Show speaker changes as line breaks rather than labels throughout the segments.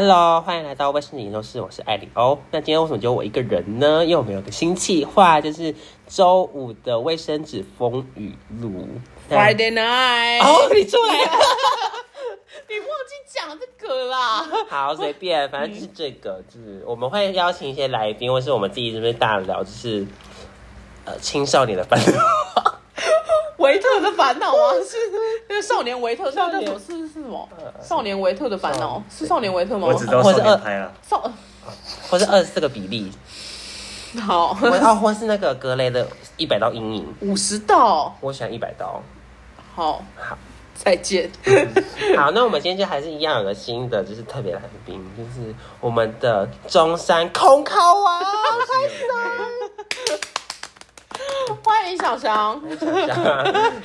Hello，欢迎来到卫生研究室，我是艾里欧。那今天为什么只有我一个人呢？因为我们有个新计划，就是周五的卫生纸风雨录。那
Friday night，、
嗯 哦，你出来了。
你忘记讲这个啦。
好，随便，反正就是这个，就是我们会邀请一些来宾，或是我们自己这边大聊，就是呃青少年的烦恼。
维特的烦恼啊，是那个少年维特，
少
少
年
年是是什么？少年维特的烦恼是少年维特吗？
我只知道少年派啊，
少
或是二十四个比例，
好
或哦，或是那个格雷的一百道阴影，
五十道，
我喜欢一百刀。
好
好，
再见。
好，那我们今天就还是一样有个新的，就是特别来宾，就是我们的中山空靠王。
欢迎小翔，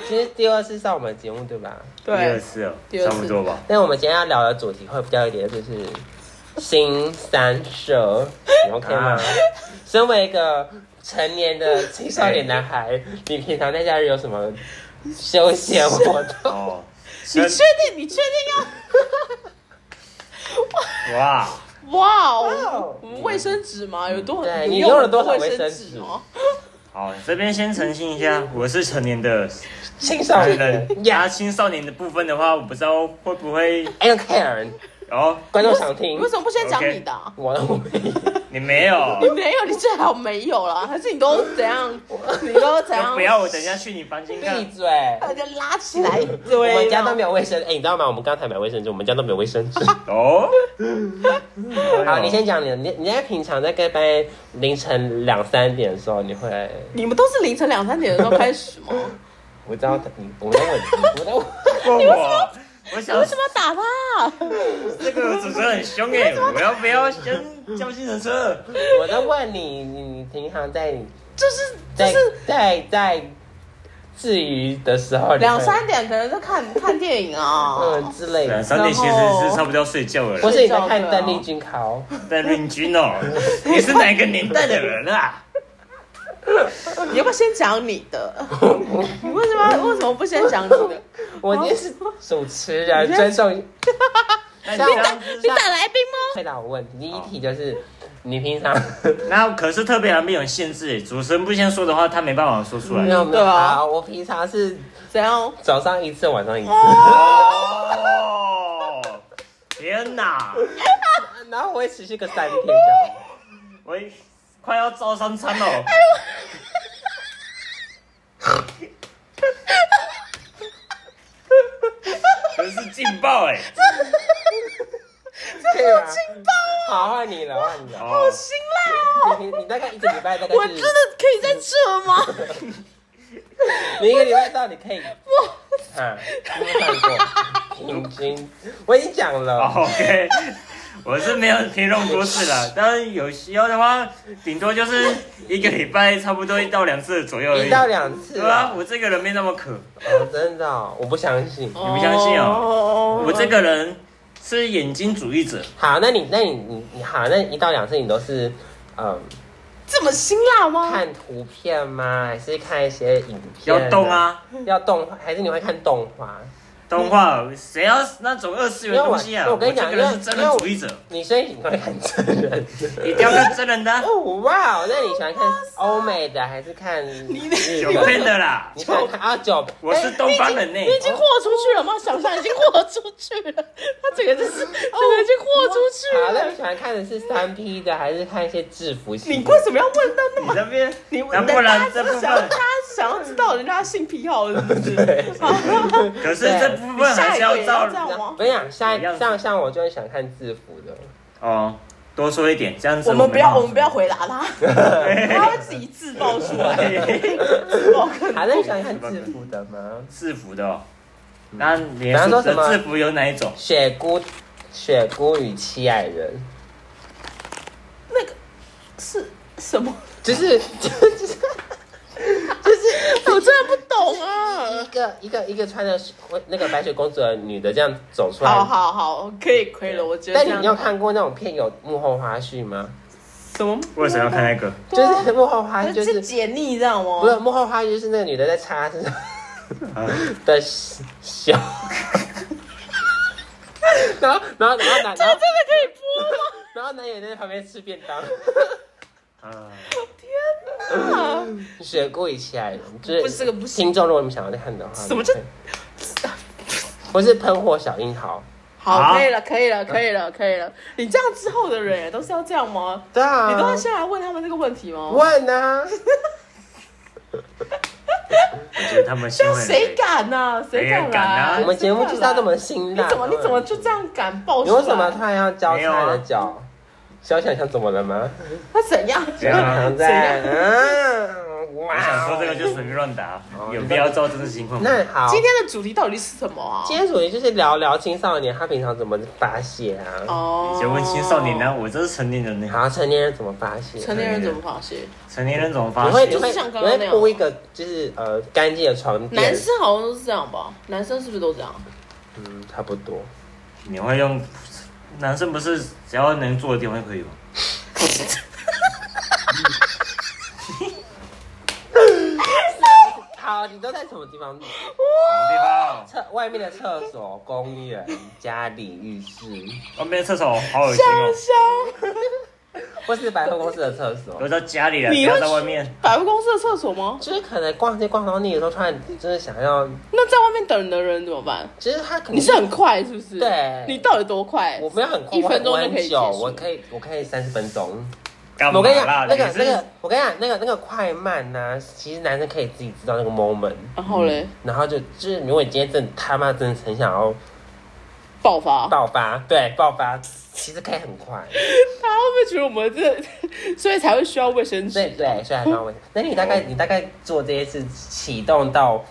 其实第二次上我们节目对吧？
第二
对，
次哦，
第二
差
次
不多吧。
但我们今天要聊的主题会比较一点，就是新三社，你 OK 吗
啊？
身为一个成年的青少年男孩，你平常在家里有什么休闲活 动？
哦，
你确定？你确定
哇，
要？哇
哇
哦
哦，
我们卫生纸吗？有多？
对你
用
用了多少
卫
卫生
纸
纸
哦？
好，这边先澄清一下，我是成年的
青
哦
少
成
年
人，啊，青少年的部分的话，我不知道会不会
，I don't care，
哦，
观众想听
你为，什么不先讲
OK
你的啊？
我我没有
你没有
你，没有，你最好没有啦，还是你都怎样？你都怎样？
不要我等一下去你房间看
闭，嘴。
把人家拉起来 一堆
我
啊
啦。
们家都没有卫生，哎、你知道吗？我们刚才买卫生纸，我们家都没有卫生纸。
哦，
好，你先讲你的，你你在平常在跟班凌晨两三点的时候，你会，
你们都是凌晨两三点的时候开始吗？
我知道你，我在问，我在问，
问我，哎我想
为什么要打他啊、
这个主持人很凶哎，我要不要先叫计程车？
我在问你，你你平常在
就是就
在
是
在在至于的时候，你会
两三点可能就看看电影啊。
嗯之类
两
的，
哎三点其实是差不多要睡觉
或
了，
是你在看邓丽君考，
但任君哦，你是哪个年代的人 啊？
你要不要先讲你 的？你为什么为什么不先讲你的？
我今天是主持人，尊重
那你这样
你
子，
打来宾吗？
回答我问题。第一题就是你平常。
那可是特别来宾有限制诶，主持人不先说的话，他没办法说出来
没。有没有
对啊
好我平常是
怎样？
早上一次，晚上一次，
哦，天哪，
然后我会持续个三天这样。
我快要招三餐了。真是劲爆哎、
这个劲爆啊好，换你了，换你了。
哦，
辛辣哦！
你你大概一个礼拜大概
我
是
真，的可以在这吗？
你一个礼拜到底可以啊？有没有看过？平均，我已经讲了，
好 OK，我是没有听弄多次啦，但是有需要的话，顶多就是一个礼拜差不多一到两次左右而
一
已。
到两次
对啊，
了。
我这个人没那么渴，
哦真的哦，我不相信。
你
不相信啊
哦
我这个人是眼睛主义者。
好，那你那你你你好，那一到两次你都是嗯
这么辛辣吗？
看图片吗？还是看一些影片？
要动！啊，
要动，还是你会看动画？
动画谁要那种二次元的东西啊？
因为我我跟你讲
这个人是真人主义者，
你所以你会看真人？
一定要看真人 的啊、
哦，哇哦！那你喜欢看欧美的还是看日
有
本
骗？的啦。
你喜欢看啊九？
我是东方人呢、
你已经豁出去了吗？小象已经豁出去了，他整个就是整个已经豁出去
好，那
哦了。
你喜欢看的是三 P 的还是看一些制服型
你
的？
为什么要问到那
你
么？
这边，
你
那不然这
大家
部
想要
分
大，家想要知道人家的性癖好是不是？
可是这部分还是要
你下一个也要这
照
样
我跟你讲，啊下一
怎样
像像我就很喜欢看制服的。
哦，多说一点，这样子
我们不要，我们不
要。
要回答他， 他会自己自爆出来，自爆可能。
好，那你喜欢看制服的吗？
制服的、哦，那你
比方说
的
什么
制服有哪一种？
雪姑，雪姑与七矮人，
那个是什么？
就是 就是就是
我真的不懂啊
一。个一个一个穿着那个白雪公主的女的这样走出来。
好好好，可以可以了，我觉得
但
这
你
样。
你有看过那种片有幕后花絮吗？
什么？
为什么要看那个？
啊
就是幕后花絮，就是是
解腻，知道吗？
不是幕后花絮，就是那个女的在擦身上
啊
的小， 然后然后然后男
这个真的可以播吗？
然后男演员在旁边吃便当，
嗯，
选故意起来，就是
不是这个不行
听众，如果你们想要看的话，
什么这
对？不是喷火小樱桃，
好，
好
可以了，可以了，可以了，可以了。你这样之后的人都是要这样吗？
对啊，
你都要先来问他们这个问题吗？
问 啊，
我觉得他们
这
心
样
会很累
谁敢呢、谁敢
没人敢啊
来？
我们节目就是要这么啊辛
你
辣，嗯
怎么你怎么就这样敢爆
你
出来？
为什么突然要交叉
没有
的
啊
脚？小小象怎么了吗？
他怎样？
怎样啊
躺在，嗯，
我
哇
想说这个就随便乱答
哦，
有必要照真实情况吗？
那好，
今天的主题到底是什么啊？
今天主题就是聊聊青少年他平常怎么发泄啊，
哦，
你就问青少年呢？我这是成年人呢，
好，成年人怎么发泄？
成年人怎么发泄？
成年人怎么发
你会
现
你？会
就是像
你
刚刚那
会
样
铺一个就是呃干净的床
男
垫，
生好像都是这样吧？男生是不是都这样？
嗯，差不多。
你会用？男生不是只要能坐的地方就可以 吗？
好，你都在什么地方？
什么地
厕外面的厕所、公园、家里、浴室，
方？外面的厕所好恶心哦
香，香，
或是百货公司的厕
都
所。
到家里了，不
你会
要
去
在外面。
百货公司的厕所吗？
就是可能逛街逛到腻的时候，突然就是想要，
那在外面等的人怎么办？
其实他可能
你是很快是不是？
对
你到底多快？
我没有很快，
一分钟
我
就可
很
以结
久，
束。
我可以我可以三十分钟。
干嘛
我跟你讲，
啦？
那个
你
那
是
个，我跟你讲，那个那个快慢呢、其实男生可以自己知道那个 moment，
然后嘞，
然后就就是如果你今天真的他妈真的很想要
爆发。
爆发，对，爆发，其实可以很快，
他会不会觉得我们这， 所以才会需要卫生
对
纸？
对，所以还蛮 危险。那你大概你大概做这些事启动到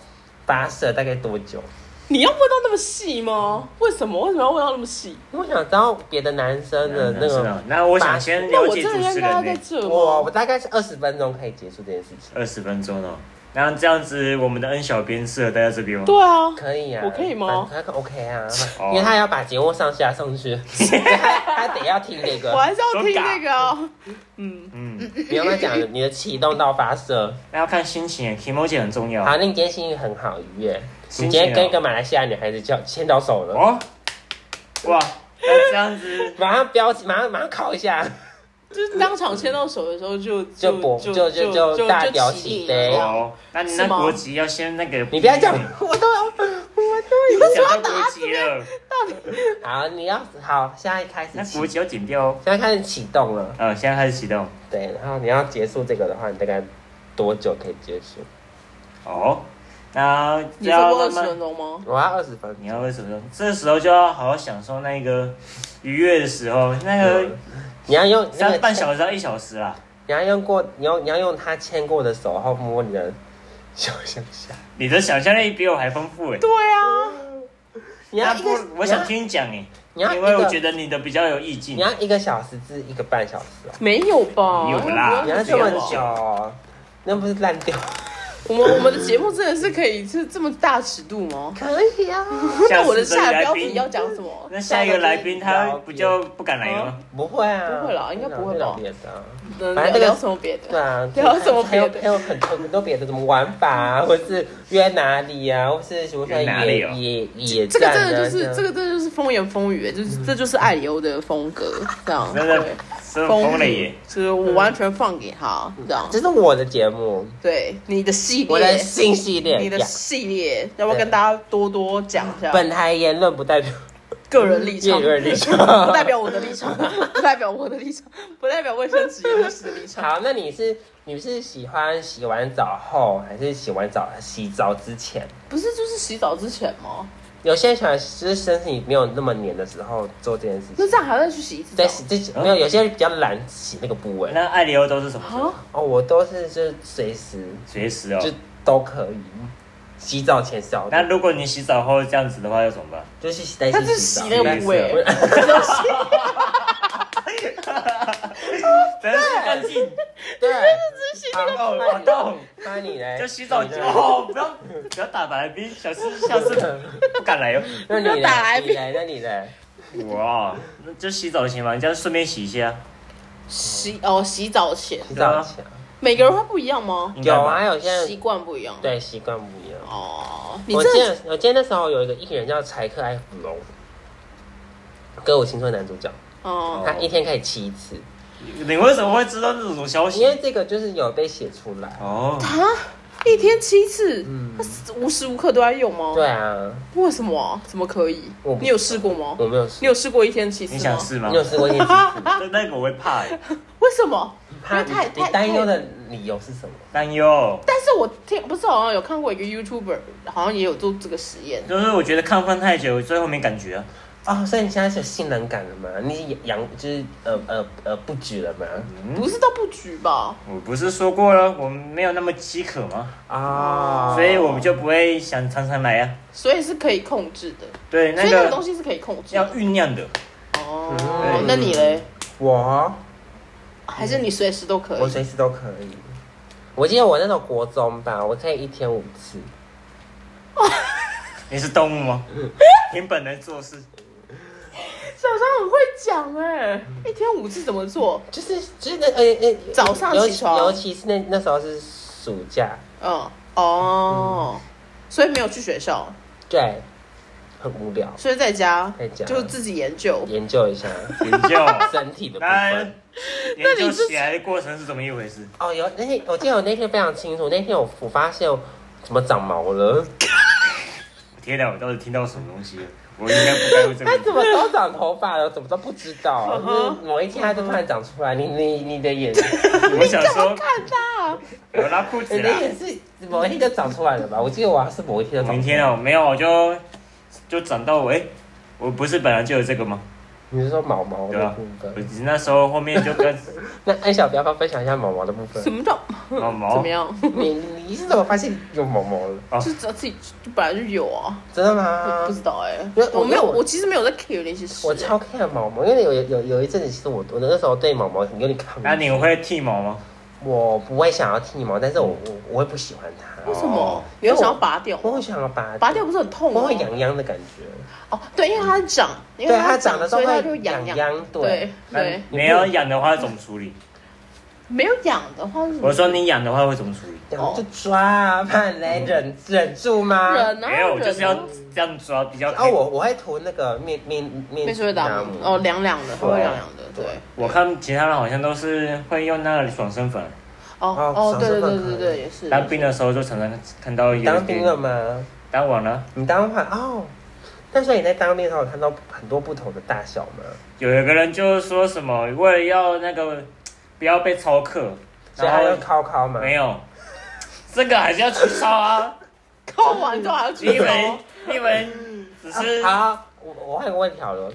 发射大概多久？
你要问到那么细吗？为什么？为什么要问到那么细？
因为我想知道别的男生的那
是
个
啊，那我想先
那
了
我
解
真的
主持
应该要
人
在
呢，
这
我我
吗？
大概是二十分钟可以结束这件事情，
二十分钟哦。那这样子，我们的 N 小编适合待在这边吗？
对啊，
可以啊，
我可以吗？
反正 OK 啊，
哦
因为他要把节目上下上去， 所以他他得要听这
我
个，
还是要听那个哦。嗯，
嗯，
不用再讲你的启动到发射。
那要看心情，emoji 很重要
好，那你今天心情很好，愉悦。你
心情
今天跟一个马来西亚女孩子交牵到手了，
哦。哇，那这样子
马上标记，马上马上考一下。
就是当场牵到手的时候就
就
就
勃就就
就
就大屌起
立
飞
了
哦，那你
是
那
吗
国籍要先那个，
你不要讲，
我都要，我都你为什么要
讲到
打
国籍了，
好，你要好，现在开始
那
启
国，籍要剪掉哦。
现在开始启动了。
呃，现在开始启动。
对，然后你要结束这个的话，你大概多久可以结束？
哦，那
你
就
说
要
过二
慢
十
慢
分钟吗？
我要二十分
你要为什么用？这时候就要好好享受那个愉悦的时候，那个
你要用那
三
个
半
牵
小时到一小时啊啦。
你要用过，你要你要用他牵过的手，然后摸你的小想下。
你的想象力比我还丰富哎。
对啊，
你要
那
一
不
个，，
我想听你讲哎，
你要，你
因
要
为
一
我
个
觉得你的比较有意境
你。要一个小时至一个半小时哦。
没有吧？
有啦
你要这么久哦，那不是烂掉？
我们我们的节目真的是可以是这么大尺度吗？
可以啊，
下
那我的
次
下
来
标
宾
题要讲什 么？
那下一个来宾他不就不敢来了吗？
不会啊，
不会啦应该不会吧
聊别的啊，
能
反
聊
正这个
聊什么别
对
的？
啊，
聊什么
还有
别的
还有很多很多别的，什么玩法啊，或是约哪里啊，或是什么
约哪里
野
哦
野野
这个
战
真
啊
的就是
样
这个真的就是风言风语，欸就是这就是艾里欧的风格，这样
真的
对
真的疯了
语
耶！
就是我完全放给他这样。
这是我的节目，
对你的系
嗯我的
列，
新系列，
你的
呀
系列，要不要
对
跟大家多多讲一下？
本台言论不代表
个人立场，
个人立场
不代表我的立场，不代表我的立场，不代表卫生纸也是的立场。
好，那你是你是喜欢洗完澡后，还是洗完澡洗澡之前？
不是就是洗澡之前吗？
有些人喜欢就是身体没有那么黏的时候做这件事
那
情。
这样还要去洗一次澡
在洗自己没有，有些人比较懒洗那个部位。
那艾利欧都是什么时候？
啊？
哦，我都是就是随时
随时哦
就。都可以，洗澡前烧
那
的，
如果你洗澡后这样子的话，要怎么 办？
就是在
他是
洗
洗
澡
那个部位，
也真是干净，
对，
洗
好
哦，我懂。
那你嘞？
就洗澡
你
就
嘞
哦，不要不要打白冰，小次下次不敢来哦。
那你
不要打
嘞？
来
你嘞？那你嘞？
哇，那就洗澡前嘛，你这样顺便洗一下，
洗哦，洗澡前，
洗澡前
每个人会不一样吗？
应该
有
吧
啊，？有些
习
人
惯不一样。
对习惯不一样。
哦，你
我记
这
得我记得那时候有一个艺人叫柴克艾弗隆，歌舞青春》男主角，
哦，
他一天可以骑一次，
你为什么会知道这种消息
因？为这个就是有被写出来。
哦，
啊，一天七次，
嗯
他是无时无刻都在用吗？
对，啊，
为什么啊？怎么可以
我不？
你有试过吗？
我没有，
你有试过一天七次
你
吗？
想试吗
你？有试过一天骑一次？
那那个我会怕欸，
为什么？因
怕
为
你
太
你
太
担忧
太
的理由是什么？
担忧。
但是我听不是好像有看过一个 YouTuber，好像也有做这个实验，
就是我觉得亢奋太久，最后没感觉啊。
哦，所以你现在是有性能感了吗？你阳就是呃呃呃不举了吗？
不是到不举吧？
我不是说过了，我没有那么饥渴吗？
啊、
所以我们就不会想常常来啊。
所以是可以控制的，
对，那
所以那个东
个
西是可以控制
要
的。
酝酿的。
哦
嗯，
那你嘞？
我
还是你随时都可
嗯我
以？
随时都可以。我记得我那种国中吧，我可以一天五次。
你是动 物吗？凭本能做事。
小张很会讲哎，一天五次怎么做？
就是就是那呃呃
早上
尤
起床
尤其是那那时候是暑假，
嗯，
嗯
哦，所以没有去学校，
对，很无聊，
所以在家
在家
就自己研究。
研究一 下
研究，
身体的部
来
分。
研究起来的过程是怎么一回事？
哦，有那天我记得我那天非常清楚，那天我我发现我怎么长毛了，
天哪，我到底听到什么东西了？我应该不该问这
他
个
怎
问
么
题。
都长头发了，怎么都不知道，啊
嗯
就
哼
是某一天他就突然长出来，你你你的 眼，
我想
好
说，
看他啊，
我拉裤子
你的
啦。
眼是某一天就长出来了吧？我记得我好像是某一天就长
明
出
天
来。
啊
哦，没有，我就就长到我，哎、我不是本来就有这个吗？
你是说毛毛
对
的
吧、
部
我
分？
啊
只是那时候后面就 跟
那安小不要不要分享一下毛毛的部分
怎？么到
毛毛
怎么样？
你你是怎么发现有毛毛了？
哦
就只要自己就本来就有啊。
真的
我不
吗
知？道哎、
因为我
我没有，
因为我
我其实没有在 care 那些事、欸
我超 care 毛毛，因为有有有一阵子，其实我我那时候对毛毛有点抗拒。
那、你会剃毛吗？
我不会想要剃毛，但是我我我会不喜欢它，
为什么
哦？
你会想要拔掉？
我会想要拔
拔掉不是很痛
我
吗？
会痒痒的感觉。
哦，对，因为它长，因为
对它长
长
的时
所
候
以它
会
就痒
痒。痒，
对
对，
对，
你
没有养的话怎么处理？
没有痒的话是什么，
我说你养的话会怎么处理？
痒就抓啊，怕你来忍忍住吗？
忍啊，
没有，我就是要
忍啊
这样抓比较。
哦，我我会涂那个面面面
没说打
达姆
哦，凉凉的，它会
对
凉凉的，对，
我看其他人好像都是会用那个爽身粉，
哦
哦
哦，对
手
对对
上
对
可
对，也是。
当兵的时候就常常看到有
你当兵了？吗？
当完了，
你当完哦，但是你在当兵的时候有看到很多不同的大小吗？
有一个人就说什么为了要那个不要被操课，
所以
然
他要
后
靠靠吗？
没有，这个还是要去操啊。
扣完之后还要
你
去
以为
抽，
你以为只是
啊好，我我换个问题好了，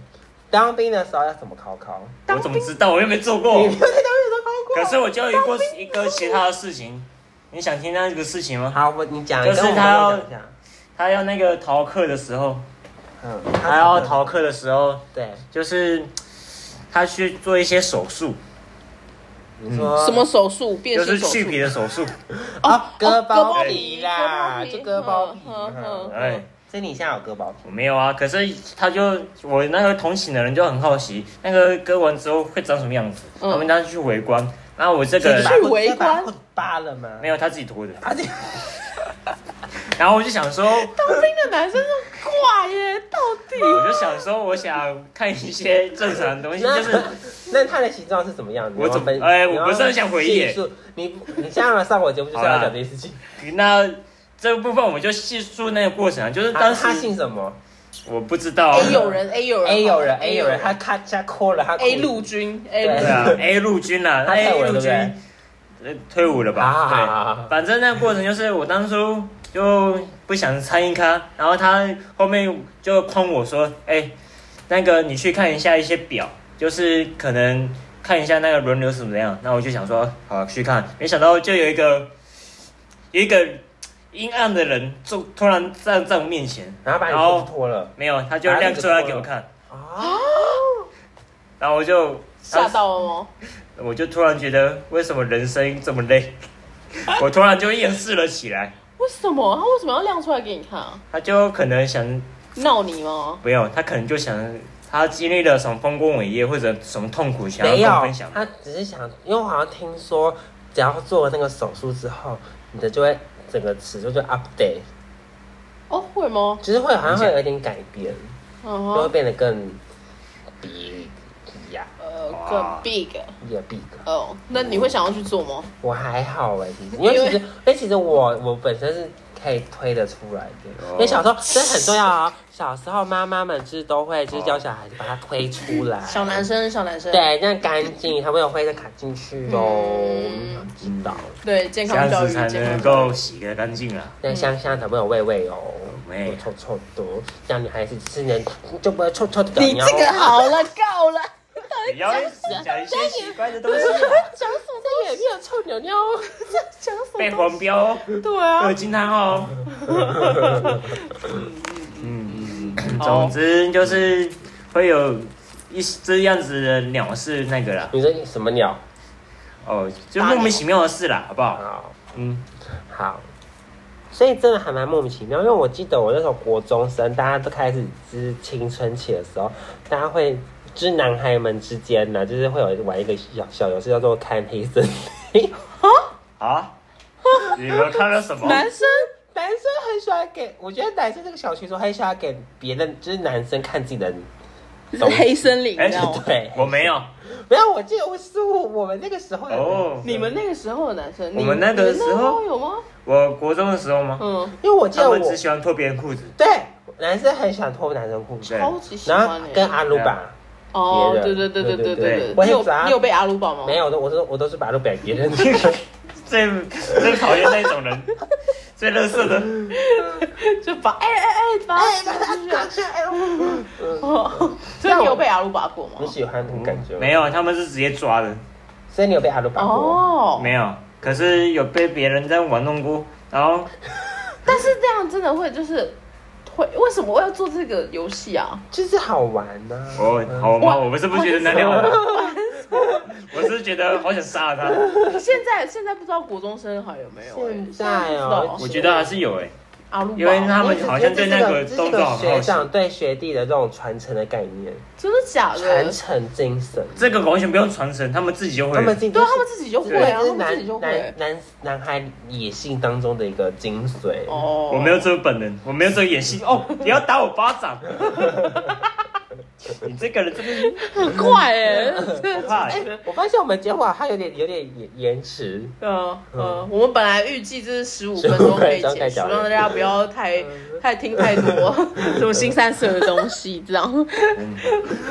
当兵的时候要怎么考考？
我怎么知道？我又没做
你
过
没有。在当兵的时候考过。
哦可是我教育过一个其他的事情，你想听那个事情吗？
好，我你讲，
就
你
是
跟我
他要
们讲一下。
他要那个逃课的时候，
嗯，
他要逃课的时候，
对，
就是他去做一些手术，嗯
你说
什么手术变
就
性
是
手术
去皮的手术。
啊？割包
皮
皮嗯啦，就割包皮。
呵呵呵
哎，
所以你现在有割包皮？
我没有啊，可是他就我那个同行的人就很好奇，那个割完之后会长什么样子，
嗯
他们当时去围观。然后我这个
所以
人
你把
去围观
所以把裤子扒了吗？
没有他自己脱的，
啊， 这
然后我就想说，
当兵的男生就怪耶，到底
我就想说，我想看一些正常的东西，就是
那那它的形状是怎么样的？
我怎么
你要分
哎
你要
我不是很想回忆
叙述。你你上来上我节目就是要讲这些事情。
那这个部分我们就细述那个过程啊，就是
他
当时
他姓什么
我不知道啊
A 有人 A 有人
？A 有人
好
A 有人，他咔嚓扣了他裤子
A 陆军 A
对
陆
对
军
啊 A 陆军啊
他退伍
，A
了对
陆
不
军
对？啊
呃退伍了
好好好
吧？
好好
对，反正那个过程就是我当初就不想参与他，然后他后面就诓我说，哎、那个你去看一下一些表，就是可能看一下那个轮流是怎么样。那我就想说，好去看，没想到就有一个有一个阴暗的人，就突然站在我面前，
然后把你裤子脱了
没有，他就亮出来给我看，
啊！
然后我就
吓，到了吗？
我就突然觉得为什么人生这么累， 我突然就厌世了起来。
为什么他为什么要亮出来给你看啊？
他就可能想
闹你吗？
没有，他可能就想他经历了什么丰功伟业或者什么痛苦，想要
没
跟我
有
分享，。
他只是想，因为我好像听说，只要做了那个手术之后，你的就会整个尺度就 update，
哦，会吗？
就是会好像会有一点改变，
嗯
就会
哼，
变得更 big 呀、
呃，
哇
更 big
也 big。
哦。那你会想要去做吗？
我还好哎、其实因
因为
为其实，哎，其实我我本身是可以推得出来的，
哦
因为小时候这很重要啊、小时候妈妈们就是都会就是教小孩子把它推出来，
小男生，小男生，
对，那干净，还会有灰尘卡进去哦，
嗯
想知道。
对健
这
康
样
教
子
育，
才
健康
能
教育
够洗得干净啊。
那香香才不会有味味哦，
味
有臭臭的，这样女孩子吃人就不会臭臭的。
你这个 好了，够了，
不要讲一些奇怪的东 西啊，
讲什么东
也没有臭妞 妞，
西？讲什
被
么东
黄标哦，
西？对啊
有，惊叹号 哦。嗯，总之就是会有一这样子的鸟是那个啦，
你说什么鸟？
哦，就莫名其妙的事啦，好不好？
好
嗯，
好。所以真的还蛮莫名其妙，因为我记得我那时候国中生，大家都开始就是青春期的时候，大家会就是男孩们之间呢，就是会有玩一个小小游戏叫做看黑森林。
啊，你们看到什么？
男生 男生很喜欢给，我觉得男生这个小群说很喜欢给别人，就是男生看自己的
是黑森林，
哎
你知道吗？
对，
我没有，
没有，我记得我是我我们那个时候的
哦
你们那个时候的男生，你
我们那个时候
你们那有吗？
我国中的时候吗？
嗯，
因为我记
他
得我
们只喜欢脱别人裤子，
对男生很喜欢脱男生裤子，
对
超级喜
然后
欢欸
跟阿鲁巴
哦，
别
对
人
对对对
对
对
对
对
我
对，
也
你有
是啊
你有被阿鲁宝吗？
没，有的，我都我都是把阿鲁给别人。
最最讨厌那种人， 最乐色的。
就把哎哎哎把他打出去啊。
嗯
哦， 所以你有被阿鲁巴过吗
你？喜欢那种感觉吗
没？有，他们是直接抓的，
所以你有被阿鲁巴过？
哦，
没有。可是有被别人这样玩弄过，然后
但是这样真的会就是会为什么我要做这个游戏啊？
就是好玩呐。
我
嗯
哦好吗？
我
我不是不觉得难聊的，
啊
我是觉得好想杀了他。
现在现在不知道国中生还有没有、欸？
现在哦
我觉得还是有哎、
阿鲁
因为他
巴
们好像对那
我
个
只是觉得这是
动
这
作
是
好
学
好奇，
长对学弟的这种传承的概念，
真的假的
传？承精神。
这个完全不用传承，他们自己就会
他。们自己就
对啊
是
他们自己就会
对，这
啊，他
是
们自己就
男男
会。
男男孩野性当中的一个精髓。
哦，
我没有这个本能，我没有这个演戏哦，你要打我巴掌， 你这个人真的是
很 快哎、
啊
可怕欸、
我发现我们结果它有点有点延延迟，
嗯嗯，我们本来预计这是十五分钟可以结束，让大家不要太
嗯
太听太 多什么新三色的东西，这样。
嗯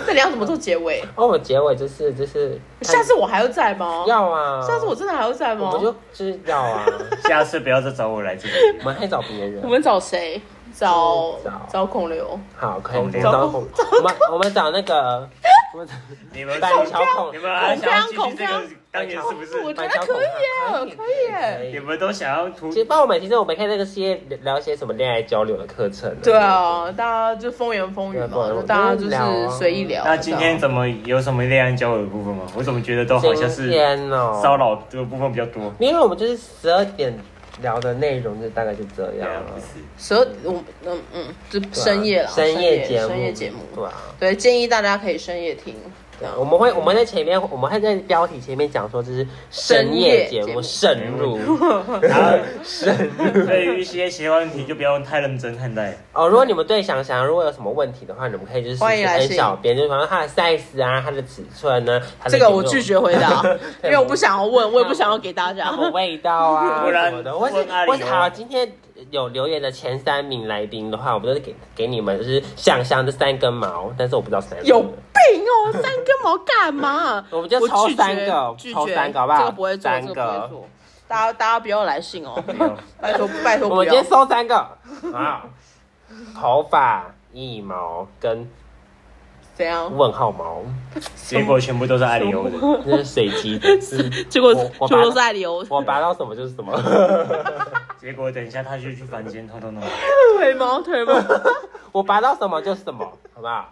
那你要怎么做结尾？
哦，我结尾就是就是，
下次我还要在吗？
要啊，
下次我真的还要在吗
我？们就就是要啊，
下次不要再找我来这里。
我们还找别人
我，们找谁？找
嗯找
找孔刘。
好，可以，
找
我们找我们我们找那个， 我们
你们
板桥孔
你们还想要继续这个当年是不
我
是？
觉
板
得
桥孔
可以耶
可
可以耶
啊可以
你们都想要图
其实帮我们，其实我们可以那个些聊一些什么恋爱交流的课程。
对，啊，大家就风言风语
对啊
嘛，
风言
就
风语
大家
啊
就是随意聊。
那今天
这样
怎么有什么恋爱交友的部分吗？我怎么觉得都好像
今
是
天哦，
骚扰这个部分比较多。
因为我们就是十二点聊的内容，就大概就这样了。
十二，我嗯嗯，就
对啊
深夜了，
深夜节目，
深夜节目。
对啊。
对，建议大家可以深夜听。这样
我们会，我们在前面，我们会在标题前面讲说，这是深夜节目深入
然后对于一些邪问题就不要太认真看 待。
哦。如果你们对想想如果有什么问题的话，你们可以就是
欢迎来
跟
信
小编，就是比方说它的 size 啊，它的尺寸呢、它的
这个
有没
我
有
拒绝回 答，因为我不想要问，我也不想要给大家
什。么味道啊，
不然
什么的，或是
问阿里
或
哦
是好，今天有留言的前三名来宾的话，我们都是给给你们就是想象这三根毛，但是我不知道三根
有病哦，三根毛干嘛？
我们就抽
拒绝
三个
拒
抽
绝
三个好不好
这个不会做，
三
这
个
个不会做。大家大家不要来信 哦，
没有
拜托拜托
我
不
们今
要
天。收 三个啊，
哦
头发、腋毛跟
怎样？
问号毛，
结果全部都是爱理欧的。
那是随机 的。
结果
我
结
我
果
把
都是爱留，
我拔到什么就是什么，
结果等一下他就去房间偷偷弄。
腿毛 腿毛。
我拔到什么就是什么，好不好？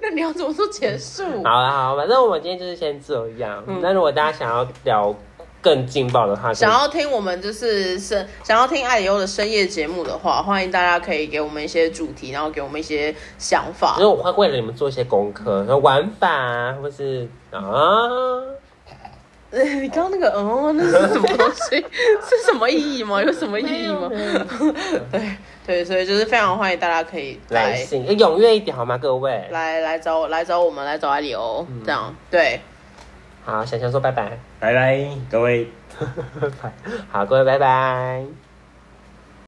那你要怎么做结束？
好啦好啦，反正我们今天就是先这样。
嗯
那如果大家想要聊更劲爆的话，可以
想要听我们就是深想要听艾里欧的深夜节目的话，欢迎大家可以给我们一些主题，然后给我们一些想法
其实。我会为了你们做一些功课，然后玩法啊，或是啊，
你刚刚那个哦，那是什么东西？是什么意义吗？有什么意义吗？ 对对，所以就是非常欢迎大家可以
来
来
信，哎踊跃一点好吗，各位？
来来找我，来找我们，来找阿里欧，
嗯
这样对，
好，想想说拜拜，
拜拜，各位。
拜拜，好，各位拜拜。